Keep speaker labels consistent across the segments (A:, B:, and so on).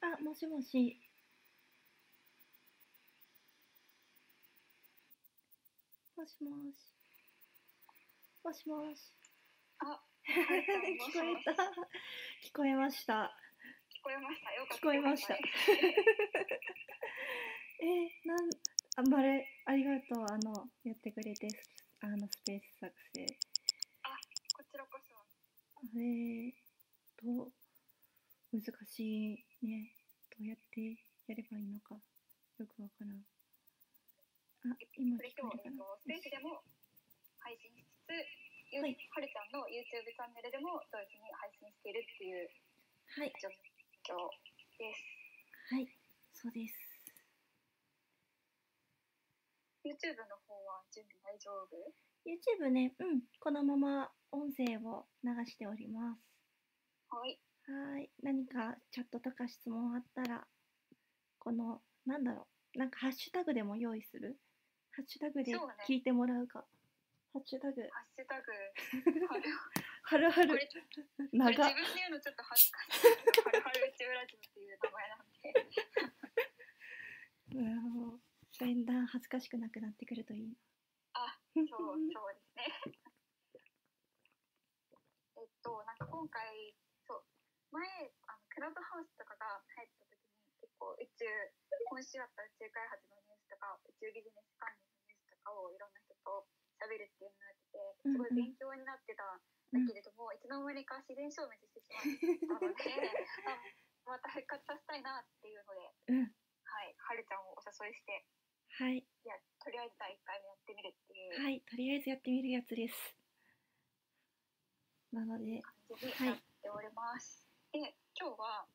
A: あ、もしもし。もしもし。もしも し。
B: あ、
A: 聞こ
B: もしも
A: え。
B: した
A: 聞こえました。
B: 聞こえました。よかった。
A: 聞こえました
B: よかっ
A: えー、なん、あんまり、ありがとう。あの、やってくれて、スあの、スペース作成。
B: たこちらこそ。
A: あれと、難しいね。どうやってやればいいのか、よくわからん。あ、今
B: それ
A: 聞
B: と
A: こ、える
B: えっ
A: かな
B: と、スペースでも配信しつつ、ゆ
A: はい
B: はるちゃんの YouTube チャンネルでも同時に配信しているっていう
A: はい。
B: 状況です。
A: はい、そうです。
B: YouTube の方は準備大丈夫
A: YouTube ね、うん、このまま音声を流しております。
B: はい。
A: はーい、何かチャットとか質問あったら、この、なんだろう、なんかハッシュタグでも用意するハッシュタグで
B: そうね
A: 聞いてもらうか。ハッシュタグ、
B: ハッシュタグ、はる
A: はるは
B: こ
A: る、
B: れ、これ
A: 長
B: 自分で言うのちょっと恥ずかしいけど。はるはる宇宙ラジオっていう名前なんで。
A: うんもうだんだん恥ずかしくなくなってくるといいな。
B: あ、そう、そうですね。 えっと、なんか今回、そう、前、あのクラブハウスとかが入った時に、結構宇宙、今週あった宇宙開発のニュースとか、宇宙ビジネス関連のニュースとかをいろんな人と喋るっていうのをやってて、すごい
A: うんうん
B: 勉強になってたんだけれども、いつの間にか自然消滅してしまったので、あまた復活させたいなっていうの
A: うん
B: で、はい、はるちゃんをお誘いして、
A: はい、
B: いや、とりあえず第1回目やってみるっていう。
A: はい、とりあえずやってみるやつです。なので、
B: 感じになっております。で、今日は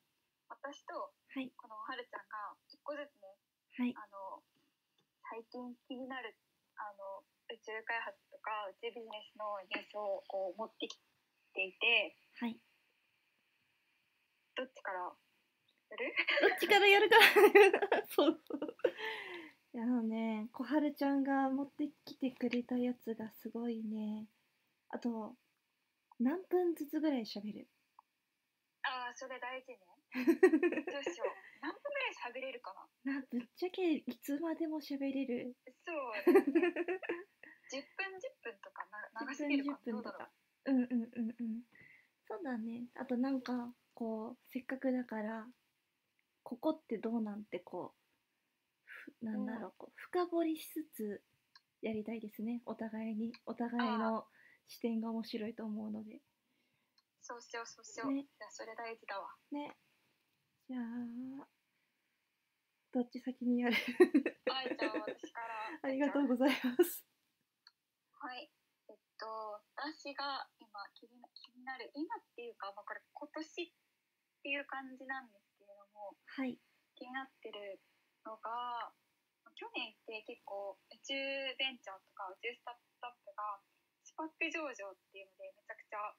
B: 私と
A: はい、
B: このはるちゃんが一個ずつね、
A: はい、
B: あの最近気になるあの宇宙開発とか宇宙ビジネスのニュースをこう持ってきていて、
A: はい。
B: どっちからやる？
A: どっちからやるか そうそういやあのね小春ちゃんが持ってきてくれたやつがすごいねあと何分ずつぐらい喋る
B: ああ、それ大 事ね。どうしよう。何分ぐらい喋れるかな。
A: なぶっちゃけいつまでも喋れる
B: そう、ね。10分10分とかな長すぎるか
A: 10
B: な。ど
A: 分
B: う
A: と
B: だろう
A: か。うんうんうんうんそうだねあとなんかこうせっかくだからここってどうなんてこうふなんだろうこう深掘りしつつやりたいですねお互いにお互いの視点が面白いと思うので
B: そうしようそうしよう。
A: ね
B: いやそれ大事だわ。
A: ねじゃあどっち先にや る
B: はい、じゃあ私から。
A: ありがとうございます
B: はい。えっと、私が今気にな気になる、今っていうか、まあ、これ今年っていう感じなんですけれども、
A: はい
B: 気になってるのが、まあ去年って結構宇宙ベンチャーとか宇宙スタートアップがスパック上場っていうのでめちゃくちゃ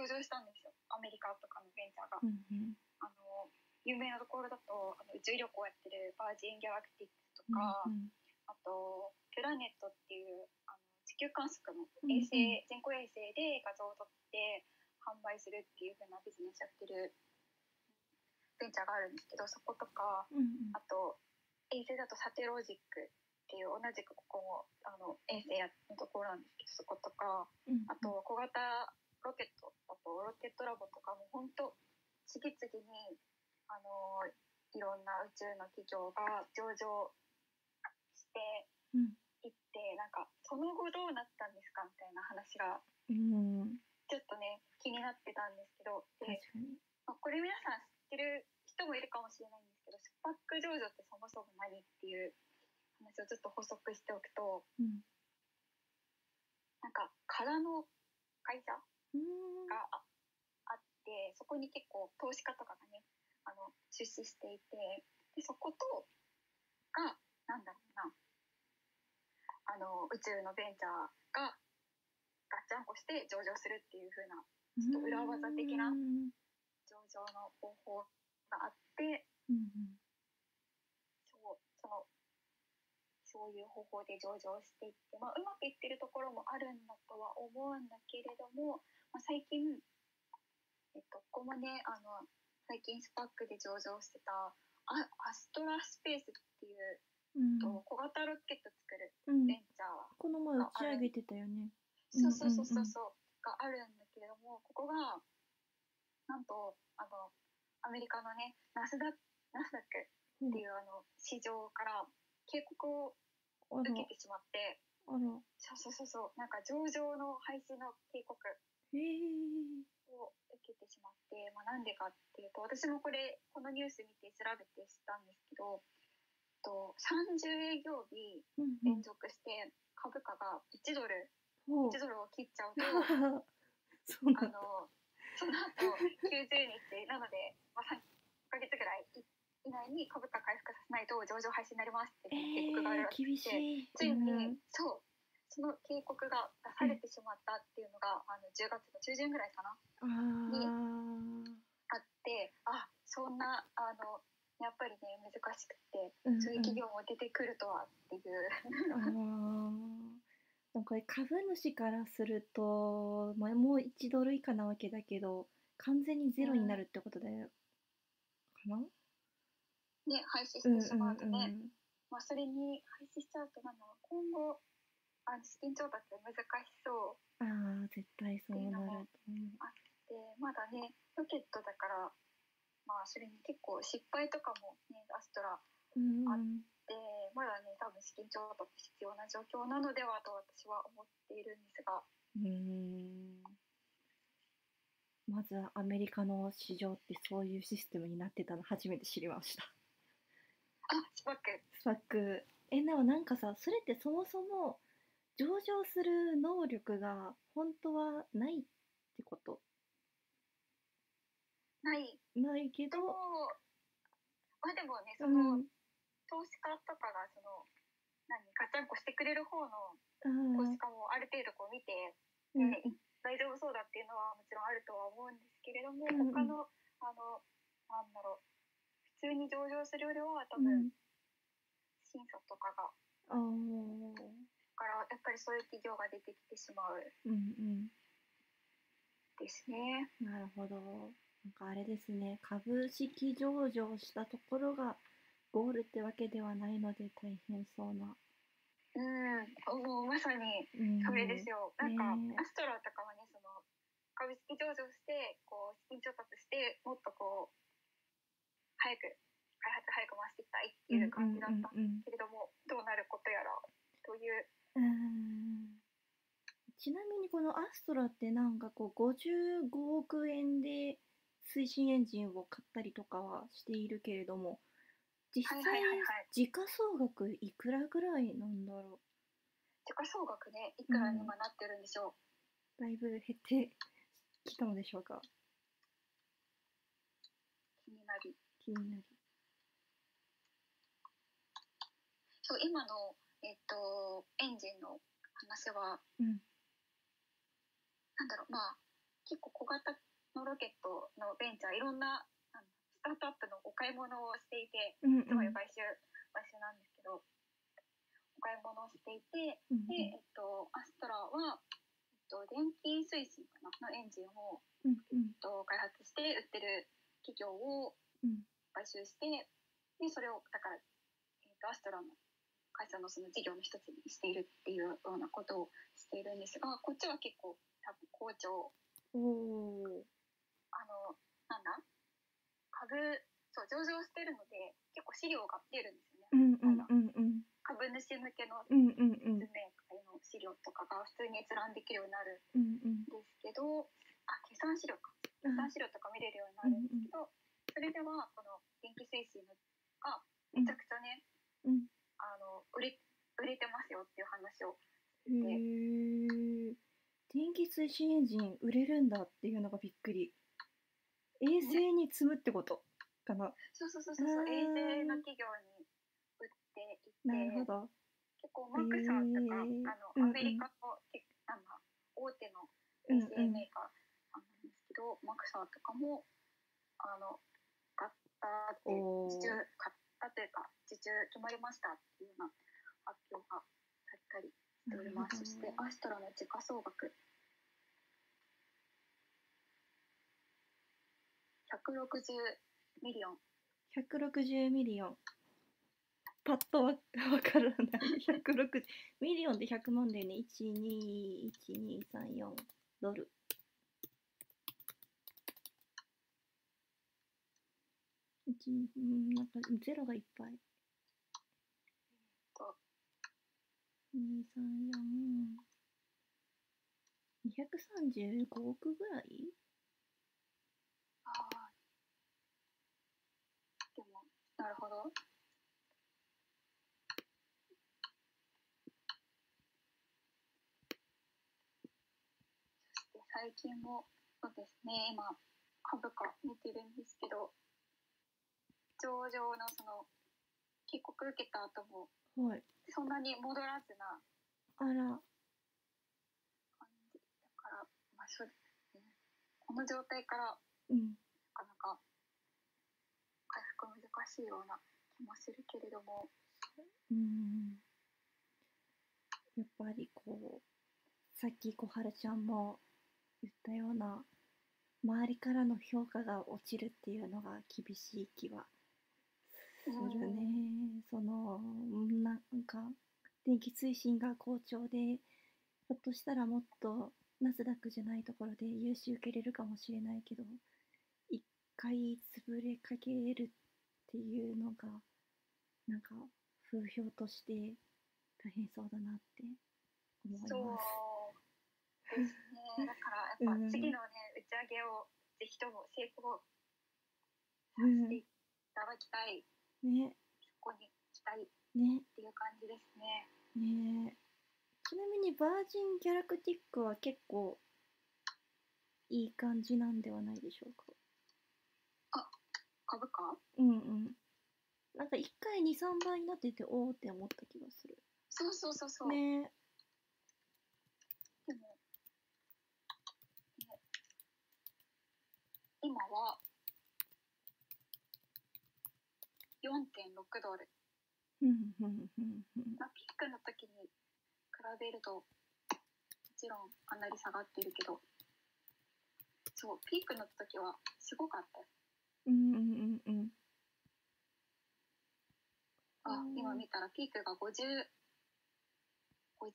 B: 上場したんですよ。アメリカとかのベンチャーが。
A: うんうん
B: あの有名なところだとあの宇宙旅行やってるバージン・ギャラクティックスと
A: うん
B: か、
A: うん
B: あと、プラネットっていうあの地球観測の
A: うんうん
B: 衛星、人工衛星で画像を撮って販売するっていう風なビジネスやってるベンチャーがあるんですけど、そことか、
A: うん
B: あと、衛星だとサテロジックっていう同じくここもあの衛星やのところなんですけど、そことか、
A: うんうん
B: あと小型ロケットだとロケットラボとかも本当次々にあのいろんな宇宙の企業が上場して
A: うん
B: いってなんかその後どうなったんですかみたいな話が
A: うん
B: ちょっとね気になってたんですけど
A: 確か
B: で、
A: に
B: まあ、これ皆さん知ってる人もいるかもしれないんですけどスパック上場ってそもそも何っていう話をちょっと補足しておくと
A: うん
B: なんか空の会社
A: うーん
B: がああってそこに結構投資家とかがねあの出資していてでそことがなんだろうなあの宇宙のベンチャーがガッチャンコして上場するっていう風なちょっと裏技的な
A: うん
B: 上場の方法があって
A: うん
B: そうそのそういう方法で上場していって、まあ、うまくいってるところもあるんだとは思うんだけれども、まあ、最近、えっと、ここもねあの最近スパックで上場してたあアストラスペースっていう
A: うん
B: と小型ロケット作る
A: うん
B: ベンチャー
A: この前打ち上げてたよねうん
B: そうそうそうそうそうがあるんだけれどもここがなんとあのアメリカのねナスダックナスダックっていうあの市場から警告を
A: あら
B: 受けてしまって
A: あら
B: そうそうそうそうなんか上場の廃止の警告
A: へえ
B: を受けてしまって、まあ、なんでかっていうと私もこれこのニュース見て調べて知ったんですけどと30営業日
A: うんう
B: 連
A: ん
B: 続して株価が1ドル
A: ほう
B: 1ドルを切っちゃうとあ
A: そうなんだ
B: のその後90日なので、まあ、3ヶ月ぐらい以内に株価回復させないと上場廃止になりますっ
A: え
B: てい
A: ー
B: う警告があるらしくて
A: 厳しい
B: ついに、
A: うん
B: そうその警告が出されてしまったっていうのが、あの10月の中旬ぐらいかな。
A: あー
B: あってあそんなあのやっぱりね難しくて
A: うんうん
B: そういう企業も出てくるとはっていう、
A: あーなんか株主からすると、まあ、もう1ドル以下なわけだけど完全にゼロになるってことだよ、かな
B: ね廃止し
A: う
B: て
A: んうん
B: しまうとね、
A: うん
B: まあ、それに廃止しちゃうとなんだろう今後あの資金調達難しそう
A: ああ絶対そうなるうん
B: でまだねロケットだからまあそれに結構失敗とかもねアストラ
A: うん
B: あ
A: うん
B: でまだね多分資金調達必要な状況なのではと私は思っているんですが
A: うーんまずはアメリカの市場ってそういうシステムになってたの初めて知りました。
B: あスパック
A: スパック。え、でもなんかさ、それってそもそも上場する能力が本当はないってこと
B: ない
A: ないけど
B: で、もまあでもね
A: う
B: そ
A: ん、
B: の、
A: うん
B: 投資家とかがその何ガチャンコしてくれる方の
A: うん
B: 投資家もある程度こう見て、
A: うん
B: ね大丈夫そうだっていうのはもちろんあるとは思うんですけれども、
A: うんうん
B: 他のあのなんだろう普通に上場するよりは多
A: う
B: 分
A: ん
B: 審査とかが、
A: あー
B: からやっぱりそういう企業が出てきてしまう
A: うんうん。
B: ですね。
A: なるほど。なんかあれですね、株式上場したところがゴールってわけではないので大変そうな。
B: うん、もうまさに
A: うん
B: それですよ。なんか、
A: ねえ
B: アストラとかはね、その株式上場して、こう資金調達して、もっとこう早く開発早く回していきたいっていう感じだった
A: うんうんうんうん
B: けれども、どうなることやらという。
A: うーんちなみにこのアストラってなんかこう55億円で推進エンジンを買ったりとかはしているけれども実際
B: はいはいはいはい
A: 時価総額いくらぐらいなんだろ
B: 時価総額ね、いくらに今なってるんでしょ
A: う
B: う。
A: だいぶ減ってきたのでしょうか
B: 気になり。
A: 気になる
B: そう、今のえっとエンジンの話は、
A: うん
B: なんだろう、まあ結構小型のロケットのベンチャー、いろんなあのスタートアップのお買い物をしていて。
A: うん
B: すごい買収買収なんですけどお買い物をしていて
A: うん
B: で、えっと、アストラは、えっと、電気推進かなのエンジンを、
A: うんうん
B: えっと、開発して売ってる企業を
A: うん
B: 買収してでそれをだから、えっと、アストラの会社のその事業の一つにしているっていうようなことをしているんですがこっちは結構多分好調
A: おお
B: あのなんだ株そう上場してるので結構資料が出るんですよね。
A: うんうんうんうん
B: 株主向けの
A: うんうんうん
B: 説明会の資料とかが普通に閲覧できるようになる
A: うんうん
B: んですけどあ計算資料か計
A: あ
B: 算資料とか見れるようになるんですけどそれではこの電気推進がめちゃくちゃね、
A: うん
B: あの売れ売れてますよっていう話を
A: へえ電気推進エンジン売れるんだっていうのがびっくり衛星に積むってことかな、
B: そうそうそうそう
A: あー
B: 衛星の企業に売っていて
A: なるほど
B: 結構マクサーとか、
A: へー
B: あ
A: うんうん
B: のアメリカの,、けあの大手の
A: うんう
B: 衛
A: ん
B: 生メーカーなんですけど、マクサーとかもあの買ったって
A: おー
B: 受注買ったというか受注決まりましたっていうような発表がされたりしておりますそしてアストラの時価総額100 160ミリオン
A: 160ミリオンパッとわわからない160ミリオンで100万だよね121234ドル一うんなんかゼロがいっぱい
B: と
A: 234235億ぐらい
B: ああでもなるほどそして最近もそうですね今株価見てるんですけど上場のその帰国受けた後も
A: はい
B: そんなに戻らずな
A: あら
B: 感じだからまあそうですねこの状態から
A: うん
B: なかなか回復難しいような気もするけれども、
A: うんやっぱりこうさっき小春ちゃんも言ったような周りからの評価が落ちるっていうのが厳しい気はするね、そのなんか電気推進が好調でひょっとしたらもっとナスダックじゃないところで融資受けれるかもしれないけど一回潰れかけるっていうのがなんか風評として大変そうだなって思います。
B: そうですねだからやっぱ次のね打ち上げをぜひとも成功させていただきたい、
A: ね
B: そこに期待っ
A: ね
B: ていう感じですね
A: ねえちなみにバージン・ギャラクティックは結構いい感じなんではないでしょうか。
B: 株価
A: うんうん。なんか1回2、3倍になってて、おーって思った気がする。
B: そうそうそうそう、
A: ねえ
B: でも、ね今は4.6ドル
A: ふんふんふんふん
B: まあ、ピークの時に比べるともちろんかなり下がってるけどそうピークの時はすごかったよ
A: うんうんうんうん。
B: あ
A: うん
B: 今見たらピークが50 55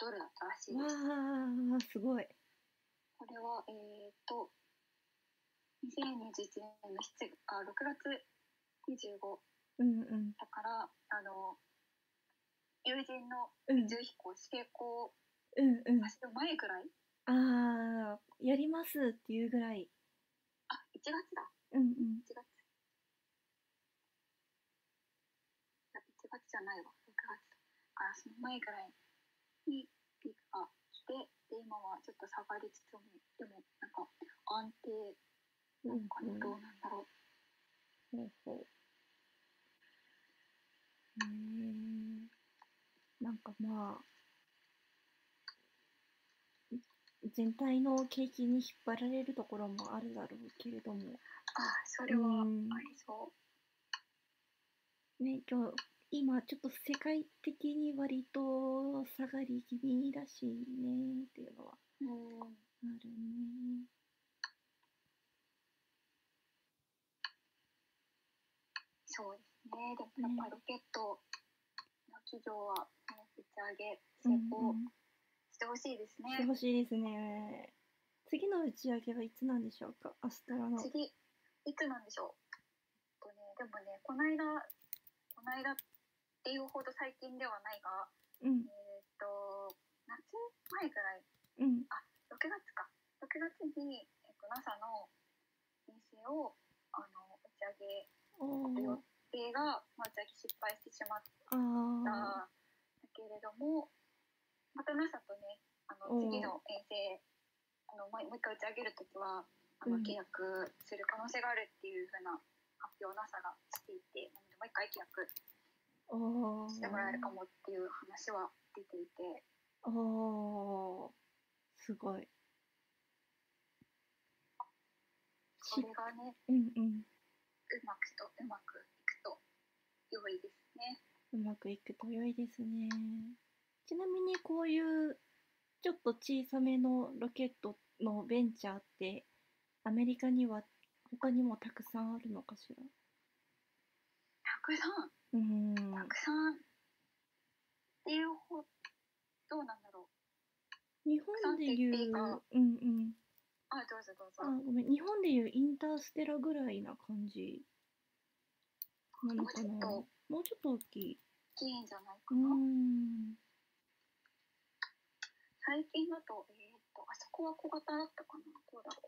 B: ドルだったらしいです
A: わー、すごい。
B: これはえっ、ー、と2021年の7あ6月25
A: うんうん。
B: だからあの友人の
A: うん
B: 宇宙飛行成功
A: うんうん。
B: 走る前ぐらい
A: あー、やりますっていうぐらい。
B: あ1月だ
A: うんうん。
B: 1月いや1月じゃないわ6月あその前ぐらいにピークが来てで今はちょっと下がりつつもでもなんか安定
A: うん
B: なのかな、
A: うん
B: どうなんだろう
A: ほうほう。へえ。なんかまあ、全体の景気に引っ張られるところもあるだろうけれども、
B: あそれは
A: うん
B: ありそう
A: ね、今日、今ちょっと世界的に割と下がり気味だしねっていうのは
B: うん
A: あるね。
B: そうですねでもやっぱロケットの企業はもう打ち上げ成
A: う
B: 功
A: んうん
B: してほしいです
A: して
B: ね、
A: ほしいですね。次の打ち上げはいつなんでしょうか明日からの。
B: 次いつなんでしょうえっとねでもねこないだこないだっていうほど最近ではないが
A: うん
B: え、ーっと夏前ぐらい
A: うん、
B: 6月か6月に、えっと、NASA の衛星をあの打ち上げ
A: おー
B: 予定が、まあ、打ち上げ失敗してしまっ
A: ああ。
B: ただけれどもまた NASA とねあの
A: うん
B: 次の衛星あのもうもう一回打ち上げるときはあ
A: う
B: の
A: ん
B: 契約する可能性があるっていうふうな発表を NASA がしていてなのでもう一回契約
A: お
B: してもらえるかもっていう話は出ていて
A: おおーすごい
B: それがね
A: うんうん
B: うまくとうまくいくと良いですね。
A: うまくいくと良いですねちなみにこういうちょっと小さめのロケットのベンチャーってアメリカには他にもたくさんあるのかしら
B: たくさん
A: うーん
B: たくさんっていう方どうなんだろう
A: 日本でい
B: たくさんって言っていいうか
A: うんうん
B: あどうぞどうぞ
A: あごめん日本でいうインターステラぐらいな感じなのかな
B: もうちょっ
A: もうちょっと大きい
B: きいんじゃないうか
A: ー
B: な、
A: ん
B: 最近だとえー、っとあそこは小型だったかなどうだろ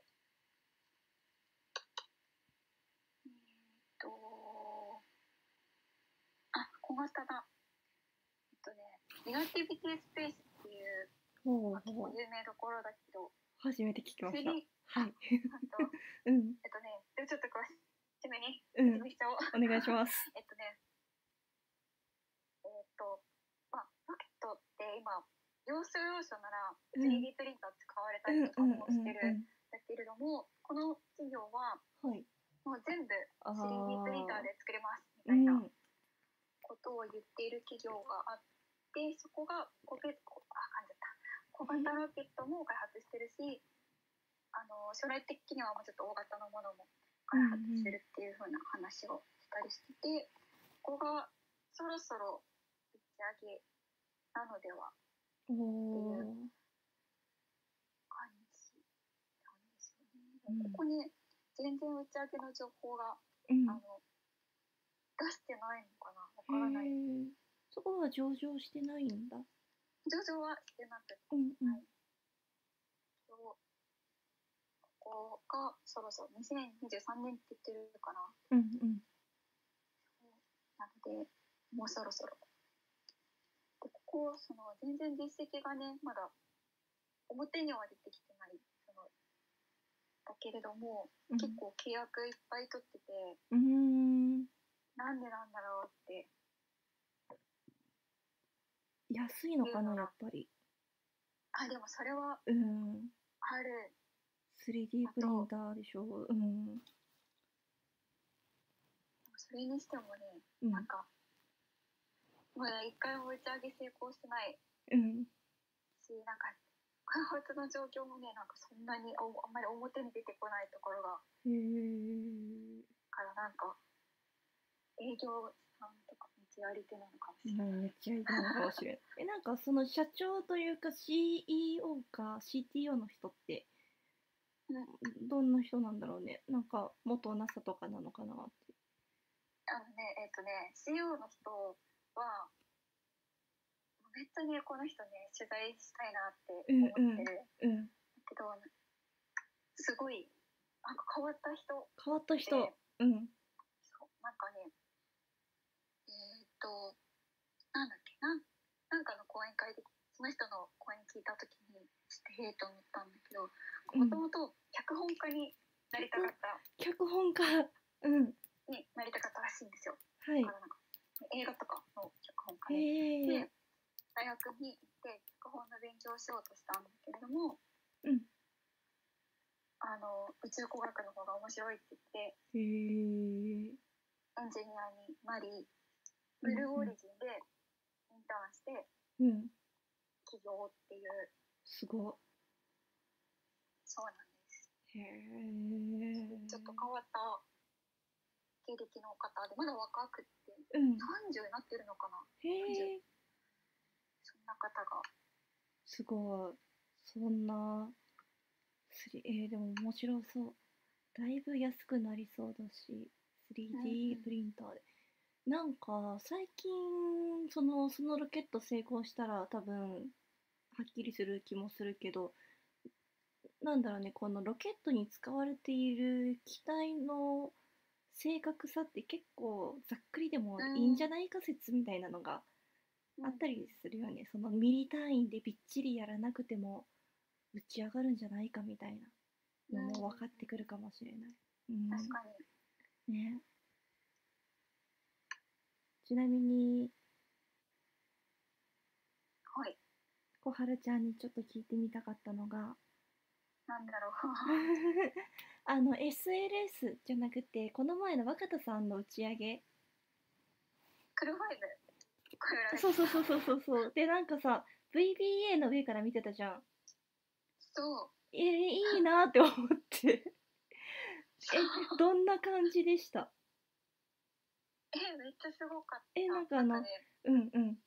B: うえー、っとあ小型だえっとねネガティビティスペースっていう
A: ほ
B: まあ
A: う
B: 結
A: ほ
B: 構
A: う
B: 有名どころだけど
A: 初めて聞きま
B: それ
A: し
B: で
A: たはい
B: あと
A: うん
B: えっとねでもちょっと詳しめに
A: うん
B: 説明しちゃおう
A: お願いします
B: えっとね、えーっと、まあ、ロケットって今、要所要所なら
A: うん
B: 3D プリンター使われた
A: うんう
B: り
A: ん
B: とかも
A: う
B: し
A: ん
B: て
A: う
B: るん
A: ん
B: だけれども、この企業は
A: はい
B: もう全部
A: あ
B: 3D プリンター
A: ー
B: で作れますみ
A: う
B: たい
A: ん
B: なことを言っている企業があって、そこが小型こあ噛んじゃった小型ロケットも開発してるし、あの将来的にはもうちょっと大型のものも開発するっていう風な話をしたりしてて、ここがそろそろ打ち上げなのでは
A: おー
B: 感じなんですよ
A: うん
B: ね。ここに全然打ち上げの情報が、
A: うん
B: あの出してないのかなわからな
A: へ
B: い。
A: ーそこは上場してないんだ
B: 上場はしてなくて
A: うんうん
B: ここがそろそろ2023年って言ってるかな。
A: うんうん
B: なので、もうそろそろ。で、ここはその全然実績がね、まだ表には出てきてない。そのだけれども、
A: うん
B: 結構契約いっぱい取ってて、
A: うーん
B: なんでなんだろうって、
A: 安いのかなやっぱり
B: あ、でもそれは
A: うん
B: ある。
A: 3D プリンターでしょうん
B: それにしてもね、
A: うん
B: なんか、まだ一回も打ち上げ成功してない
A: うん
B: し、なんか、開発の状況もね、なんかそんなにああんまり表に出てこないところが
A: へー
B: からなんか営業さんとか道やり手なのかもしれ
A: まあめっちゃいいかもしれない。え、なんかその社長というか CEO か CTO の人って、
B: ない、
A: どんな人なんだろうね。なんか元 NASA とかなのかなって。
B: あのねえっ、とね CEO の人はめっちゃねこの人ね取材したいなって思ってる、
A: うん。
B: けどすごいなんか変わった人
A: 変わった人
B: で。
A: うん。
B: そうなんかねえっ、となんだっけなんなんかの講演会でその人の講演聞いた時にしてへえと思ったんだけど
A: う
B: も
A: ん
B: ともと脚本家になりたかった、
A: 脚本家。 うん。
B: になりたかったらしいんですよ。だ
A: は
B: からなんか映画とかの脚本
A: い。
B: 家で、
A: へえ
B: で。大学に行って脚本の勉強をしようとしたんだけれども、
A: うん
B: あの宇宙工学の方が面白いって言って
A: へえ。
B: エンジニアになりブルーオリジンでインターンして
A: うん。
B: 起業っていう
A: すご
B: そうなんです。
A: い。へえ。
B: ちょっと変わった経歴の方でまだ若くって
A: うん。
B: 30になってるのかな
A: へえ。
B: そんな方が
A: すごい。そんな、スリえー、でも面白そう。だいぶ安くなりそうだし、
B: うんう
A: 3D
B: ん
A: プリンターで。なんか、最近、その、そのロケット成功したら多分、はっきりする気もするけど、なんだろうね、このロケットに使われている機体の正確さって結構ざっくりでもいいんじゃないか説みたいなのがあったりするよね、そのミリ単位でびっちりやらなくても打ち上がるんじゃないかみたいなのも分かってくるかもしれない。うん、
B: 確かに
A: ね。ちなみに
B: はい
A: 小春ちゃんにちょっと聞いてみたかったのが
B: なんだろう
A: あの SLS じゃなくてこの前の若田さんの打ち上 げ
B: クルファイブこれ
A: そうそうそうそうそうそうでなんかさ VBA の上から見てたじゃん
B: そう
A: えーいいなって思ってどんな感じでした
B: えめっちゃすごかった
A: えなんかあの
B: ね
A: うんうん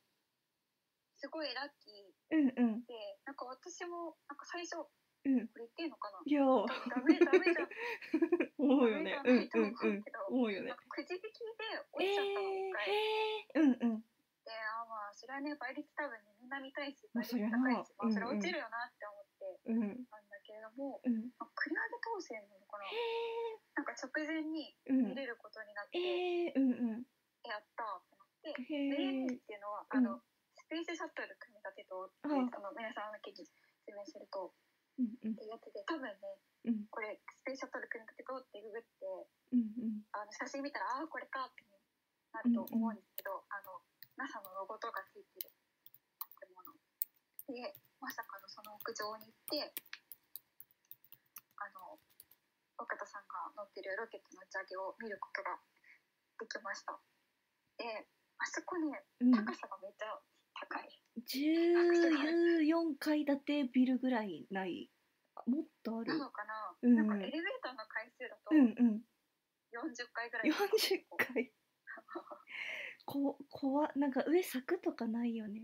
B: すごいラッキー
A: うんうん
B: でなんか私もなんか最初こ
A: うん
B: れ言っていいのかない
A: やー
B: ダメダメじゃん
A: 思う
B: ダ
A: よ
B: メじ
A: ね
B: ゃ
A: う
B: なんいと
A: う
B: 思
A: んう
B: うんけど、
A: 思うよね
B: なんかくじ引きで
A: えー、
B: 落ち
A: へ
B: ちゃったの一回、
A: ーうんうん
B: であまあそれはね倍率多分ねみんな見たいし
A: まあ
B: 倍率
A: そり
B: 高
A: ゃ
B: いし、
A: なうん
B: まあ、
A: うん
B: それは落ちるよなって思って
A: うん
B: たんだけれども、
A: うん
B: まあ、繰り上げ当選なのかななんか直前に
A: うん
B: 見れることになって、
A: えーうんうん
B: やったーってなって
A: へ
B: VM
A: ー
B: っていうのは、
A: うん
B: あのスペースシャトル組み立てとっていうあの皆さんの記事説明するとっ
A: うんうん
B: ていうやつで多分ね
A: うん
B: これスペースシャトル組み立てとってググって
A: うんうん
B: あの写真見たらああこれかってなると思うんですけど、あの NASA のロゴとかついてる建物でまさかのその屋上に行ってあの若田さんが乗ってるロケットの打ち上げを見ることができましたであそこね
A: うん
B: 高さがめっちゃ高い、
A: 14階建てビルぐらいないあもっとある
B: なのかな、
A: うん
B: なんかエレベーターの回数だと
A: うんうん
B: 40回ぐらい
A: 40階こ怖っなんか上柵とかないよね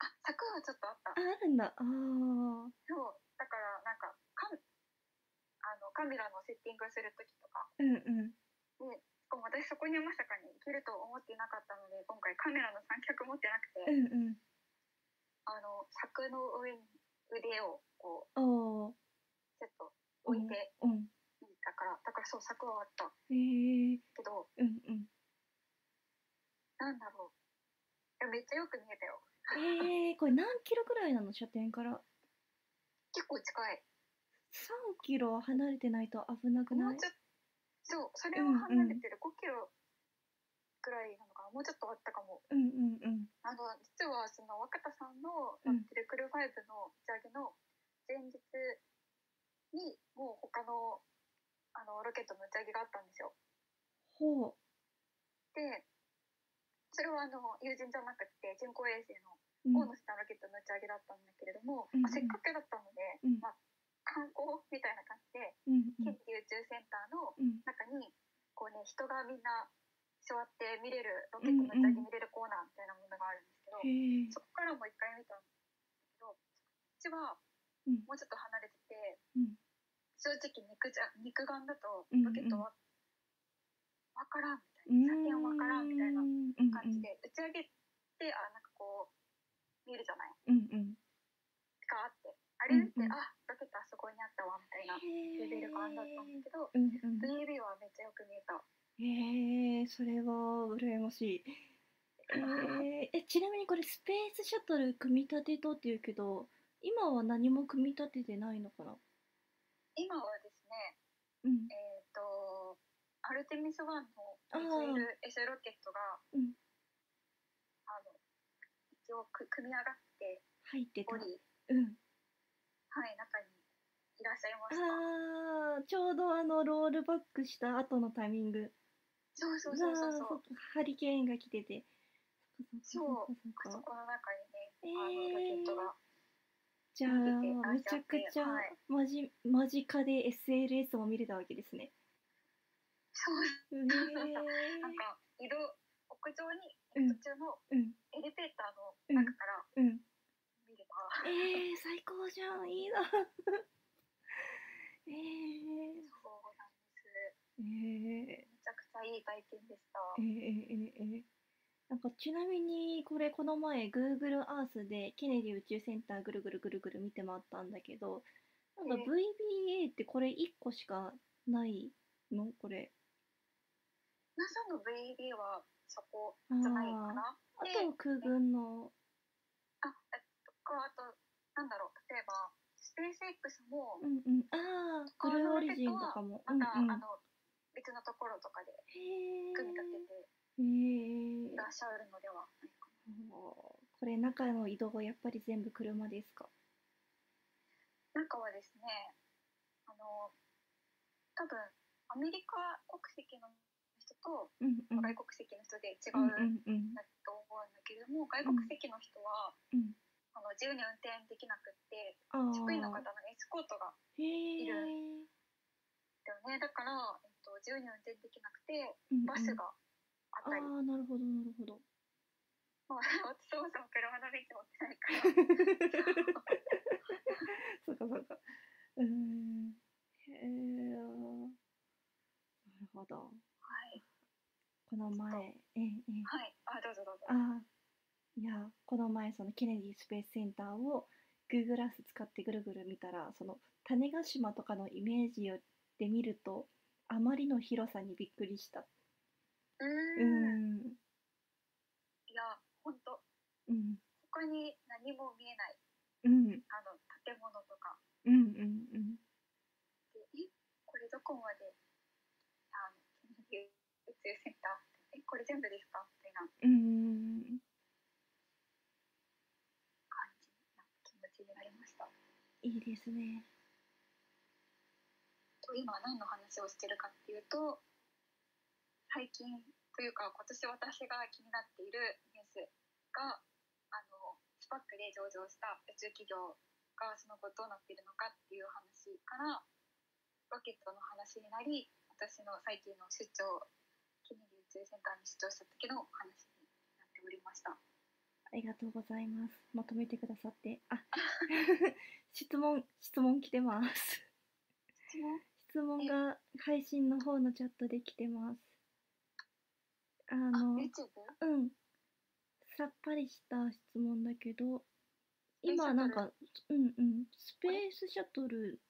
B: あ柵はちょっとあった
A: ああるんだあー
B: そうだからなんかカメあのカメラのセッティングする時とか
A: うんうん
B: しかも私そこにまさかに行けると思ってなかったので今回カメラの三脚持ってな
A: う
B: くて、
A: んうん
B: あの柵の上に腕をこ
A: ああ
B: うちょっと置いて
A: うん
B: みたから、だからそう柵はあった
A: へえ
B: けど
A: うんうん
B: なんだろういやめっちゃよく見えたよ
A: えー、これ何キロぐらいなの車点から
B: 結構近い
A: 3キロは離れてないと危なく
B: も
A: な
B: う
A: い
B: ちょっとそうそれを離れてる5キロぐらいなのかな、もうちょっとあったかも
A: うんうんうん
B: あの実はその若田さんの
A: うん
B: テレクル5の打ち上げの前日にもう他のあのロケットの打ち上げがあったんですよ。
A: ほう
B: でそれはあの友人じゃなくて人工衛星の
A: うん
B: 大野下ロケットの打ち上げだったんだけれども、
A: うん
B: まあ、せっかくだったので、
A: うん
B: まあ、観光みたいな感じで
A: うんう
B: 県
A: ん
B: 立宇宙センターの
A: うん
B: 中にこう、ね、人がみんな座って見れるロケットの打ち上げ見れるコーナーみたいなものがあるんですけど。
A: へえ
B: そこからも一回見たんだけど、こっちは
A: うん
B: もうちょっと離れてて、
A: うん
B: 正直肉じゃ肉眼だと
A: うんうん
B: ロケットはわからん
A: うー
B: み
A: ん
B: たいな、射程はわからんみたいな感じで、打ち上げってあなんかこう見るじゃない、
A: うんうんうん
B: ガーってあれって、
A: うんうん
B: あロケットあそこにあったわみたいなレベル感だったんだけど、
A: うんうん
B: VB はめっちゃよく見えた。
A: へえそれは羨ましい。えーえちなみにこれスペースシャトル組み立てとっていうけど今は何も組み立ててないのかな
B: 今はです
A: うん
B: ね、えっ、とアルテミス1の
A: あー
B: SLS ロケットが
A: うん
B: あの一応く組み上がって
A: 入ってた
B: お。り、
A: うん、
B: はい、中にいらっしゃいました。
A: あーちょうどあのロールバックした後のタイミング
B: そうそ
A: が
B: うそうそうそう。
A: ハリケーンが来てて。っか
B: あ
A: そ
B: そ
A: っか
B: この中に
A: え
B: ね、あのロケットが、
A: じゃあ
B: 見てて
A: めちゃくちゃ
B: はい
A: 間じ間近で SLS を見れたわけですね。
B: そう
A: うえ
B: そうそう なんか移動屋上に
A: うん
B: 途中の
A: うん
B: エレベーターの
A: うん
B: 中から
A: うん。
B: 見れた。
A: えー、最高じゃんいいな えー
B: そうなんです。
A: えー
B: めちゃくちゃいい体験でした。
A: えーえーえーなんかちなみにこれこの前 Google Earth でケネディ宇宙センターぐるぐるぐるぐる見て回ったんだけどなんか
B: え
A: VBA ってこれ1個しかないのこれ
B: NASA の VB はそこ
A: あ
B: じゃない
A: ー
B: かな。
A: あ
B: で
A: とは空軍の
B: あ、えっとか、あと、なんだろう、例えば、スペース X も
A: う、んうんああグルーオリジンとかもうん
B: ま
A: うん
B: た、あの、別のところとかで組み立てて
A: へーへ
B: い
A: ー
B: らっしゃるのではないかな。
A: おーこれ中の移動はやっぱり全部車ですか
B: なんかはですね、あの、多分、アメリカ国籍の人と
A: うんうん
B: 外国籍の人で違
A: うん
B: う
A: うんうん
B: んだと思うんだけれども、外国籍の人は、
A: うん
B: あの自由に運転できなくって、
A: あー
B: 職員の方のエスコートが
A: へえ
B: いるだよね。ね、だから、えっと、自由に運転できなくて、
A: うんうん
B: バスがあ
A: あ
B: った
A: あ
B: り、
A: なるほどなるほ ど
B: まあ、 私そもそも車の免許持ってないか
A: そ
B: ら、
A: うかそうか。うーん。へえ。なるほど。
B: はい、
A: この前、ええええ。
B: はい、あ、どうぞどうぞ。
A: あーいや、この前、そのケネディスペースセンターを Google Earth 使ってぐるぐる見たら、その種子島とかのイメージで見ると、あまりの広さにびっくりした。
B: う
A: う
B: ー
A: ー
B: ん、
A: ん。
B: いや、本当、
A: うん。
B: 他に何も見えない、
A: うん。
B: あの、建物とか、
A: うん。うん。うん。
B: でえ、これどこまで、あの、研究宇宙センター、え、これ全部ですかみたいな
A: うーん。
B: 感じな気持ちになりました。
A: いいですね。
B: と今何の話をしてるかっていうと最近というか今年私が気になっているニュースがあのスパックで上場した宇宙企業がその後どうなっているのかっていう話からロケットの話になり私の最近の出張ケネディ宇宙センターに出張した時の話になっておりました。
A: ありがとうございます。まとめてくださって。あ、質問、質問来てます。
B: 質問
A: 質問が配信の方のチャットで来てます。あ
B: あ
A: の、
B: YouTube?
A: うん。さっぱりした質問だけど、今なんか、うんうん、スペースシャトル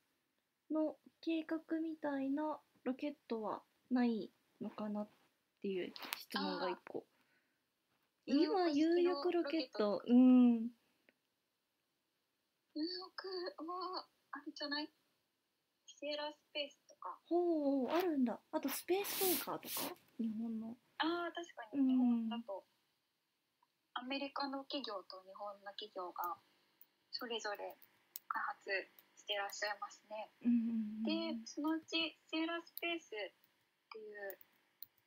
A: の計画みたいなロケットはないのかなっていう質問が一個。
B: あー
A: 今、
B: 有
A: 有
B: 翼
A: 翼
B: ロ
A: ロ
B: ケ
A: ケ
B: ッ
A: ッ
B: ト
A: ト、うん。
B: ニューヨークはあれじゃないシエラスペースとか
A: ほう、あるんだ。あとスペースウォーカーとか日本の。
B: ああ確か
A: う
B: に
A: ん
B: 日本だと、アメリカの企業と日本の企業がそれぞれ開発してらっしゃいますね。
A: うんうんう
B: で
A: ん、
B: そのうちセーラースペースっていう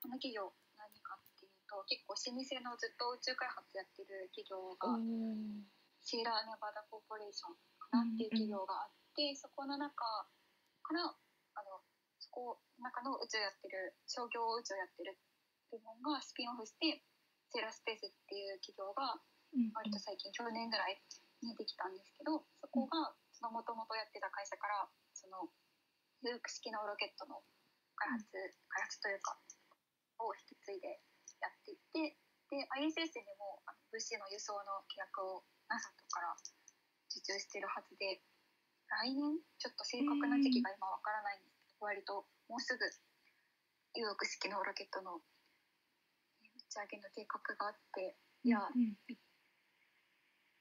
B: この企業何かっていうと結構老舗のずっと宇宙開発やってる企業が、
A: うん
B: シーラーネバダコーポレーションかなっていう企業があって、そこの中からあのそこの中の宇宙やってる商業宇宙やってる部門がスピンオフしてセーラースペースっていう企業が
A: うん
B: 割と最近去年ぐらいにできたんですけどそこがそのもともとやってた会社からそのルーク式のロケットの開発開発というかを引き継いでやっていってで ISS にもあの物資の輸送の契約を NASA とから受注してるはずで来年ちょっと正確な時期が今わからないんですけど割ともうすぐ有翼式のロケットの打ち上げの計画があっていや
A: うん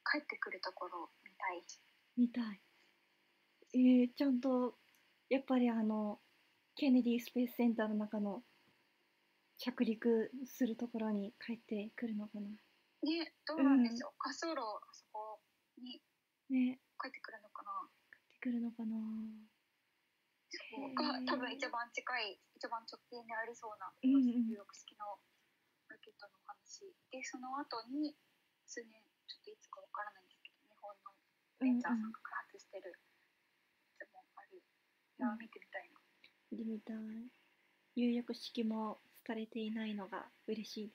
B: 帰ってくるところみたい。
A: 見たい。えー、ちゃんと、やっぱりあの、ケネディスペースセンターの中の着陸するところに帰ってくるのかな。
B: ね、どうなんでしょう。滑走路あそこに
A: ね、
B: 帰ってくるのかな。
A: 帰ってくるのかな。
B: そ
A: へ
B: こ
A: ー
B: が多分一番近い、一番直近にありそうな
A: うんう
B: 入
A: ん
B: 力式のロケットのお話で、その後に数年ちょっといつかわからないんですけど、日本のベンチャーさんが開発してるやつもある。いや
A: うん
B: 見てみたいな。
A: で、見たい。入浴式も廃れていないのが嬉しい。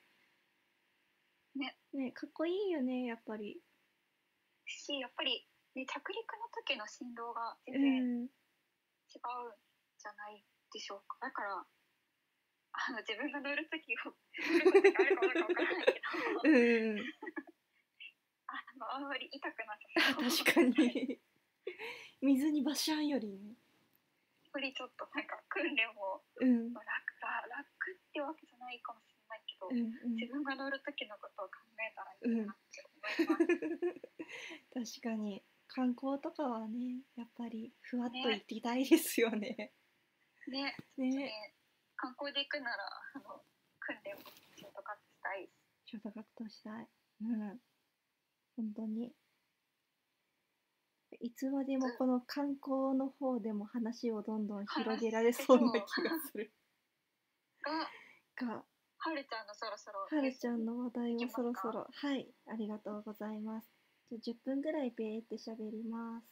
B: ね。
A: ね、かっこいいよね、やっぱり。
B: し、やっぱり、ね、着陸の時の振動が
A: う
B: 全然
A: ん。
B: 違うんじゃないでしょうかだからあの自分が乗る時を乗ることがあるかどうかわからないけ
A: う
B: ど
A: ん。
B: あのあんまり痛くなさそう
A: 確か に水にバシャンよりね
B: やっぱりちょっとなんか訓練も
A: うん
B: まあ楽ら楽ってわけじゃないかもしれないけど、
A: うんうん
B: 自分が乗る時のことを考えたらいいなって思 います、
A: 確かに観光とかはねやっぱりふわっと
B: ね
A: 行っていたいですよね
B: ね
A: ね
B: ね観光で行くならあの訓練もショートカットしたいし
A: ショートカットしたいうん本当にいつまでもこの観光の方でも話をどんどん広げられそうな気がする
B: が
A: が
B: はるちゃんのそろそろ
A: はるちゃん
B: の
A: の話題
B: いき
A: を
B: ますか
A: そろそろはいありがとうございますじゃあ10分ぐらいべーって喋ります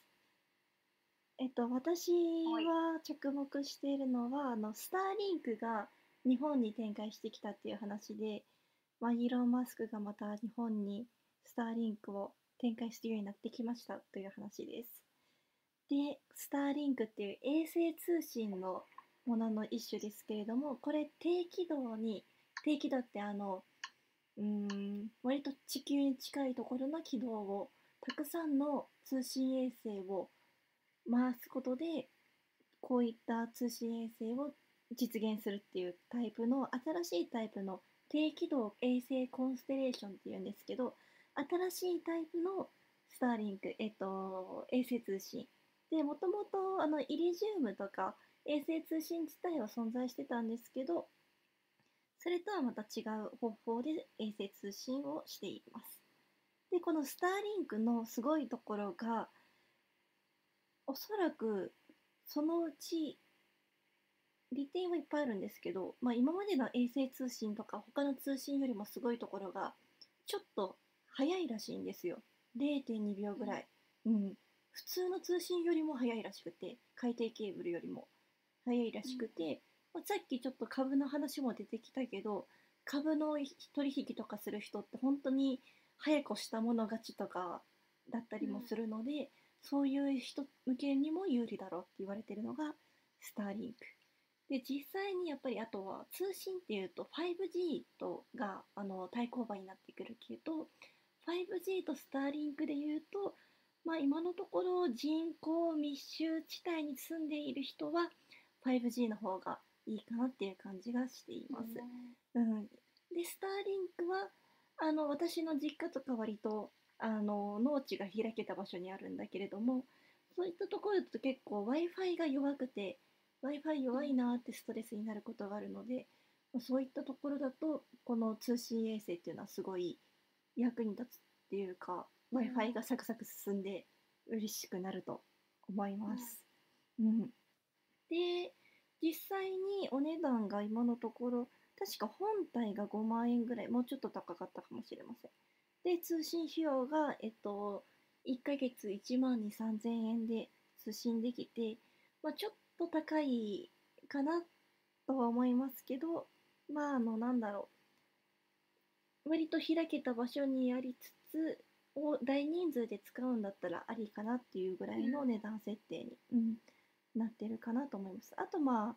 A: えっと、私は着目しているのは、あのスターリンクが日本に展開してきたっていう話で、まあ、イーロン・マスクがまた日本にスターリンクを展開するようになってきましたという話です。で、スターリンクっていう衛星通信のものの一種ですけれども、これ低軌道に、低軌道ってあの、うーん、割と地球に近いところの軌道を、たくさんの通信衛星を回すことでこういった通信衛星を実現するっていうタイプの新しいタイプの低軌道衛星コンステレーションっていうんですけど新しいタイプのスターリンク、えっと、衛星通信でもともとあのイリジウムとか衛星通信自体は存在してたんですけどそれとはまた違う方法で衛星通信をしていますでこのスターリンクのすごいところがおそらくそのうち利点はいっぱいあるんですけど、まあ、今までの衛星通信とか他の通信よりもすごいところがちょっと早いらしいんですよ0.2秒ぐらい、うん、普通の通信よりも早いらしくて海底ケーブルよりも早いらしくて、まあさっきちょっと株の話も出てきたけど株の取引とかする人って本当に早く押したもの勝ちとかだったりもするので、そういう人向けにも有利だろうって言われてるのがスターリンク。で実際にやっぱりあとは通信っていうと 5G とがあの対抗馬になってくるけど 5G とスターリンクで言うと、まあ、今のところ人口密集地帯に住んでいる人は 5G の方がいいかなっていう感じがしています。うん、でスターリンクはあの私の実家とか割とあの農地が開けた場所にあるんだけれどもそういったところだと結構 w i f i が弱くて w i f i 弱いなーってストレスになることがあるのでそういったところだとこの通信衛星っていうのはすごい役に立つっていうか w i f i がサクサク進んで嬉しくなると思います。うん、で実際にお値段が今のところ確か本体が5万円ぐらいもうちょっと高かったかもしれませんで通信費用がえっと1ヶ月1万2 3 0 0円で通信できて、まあ、ちょっと高いかなとは思いますけどまああのなんだろう割と開けた場所にありつつを大人数で使うんだったらありかなっていうぐらいの値段設定に、うん、なってるかなと思いますあとまあ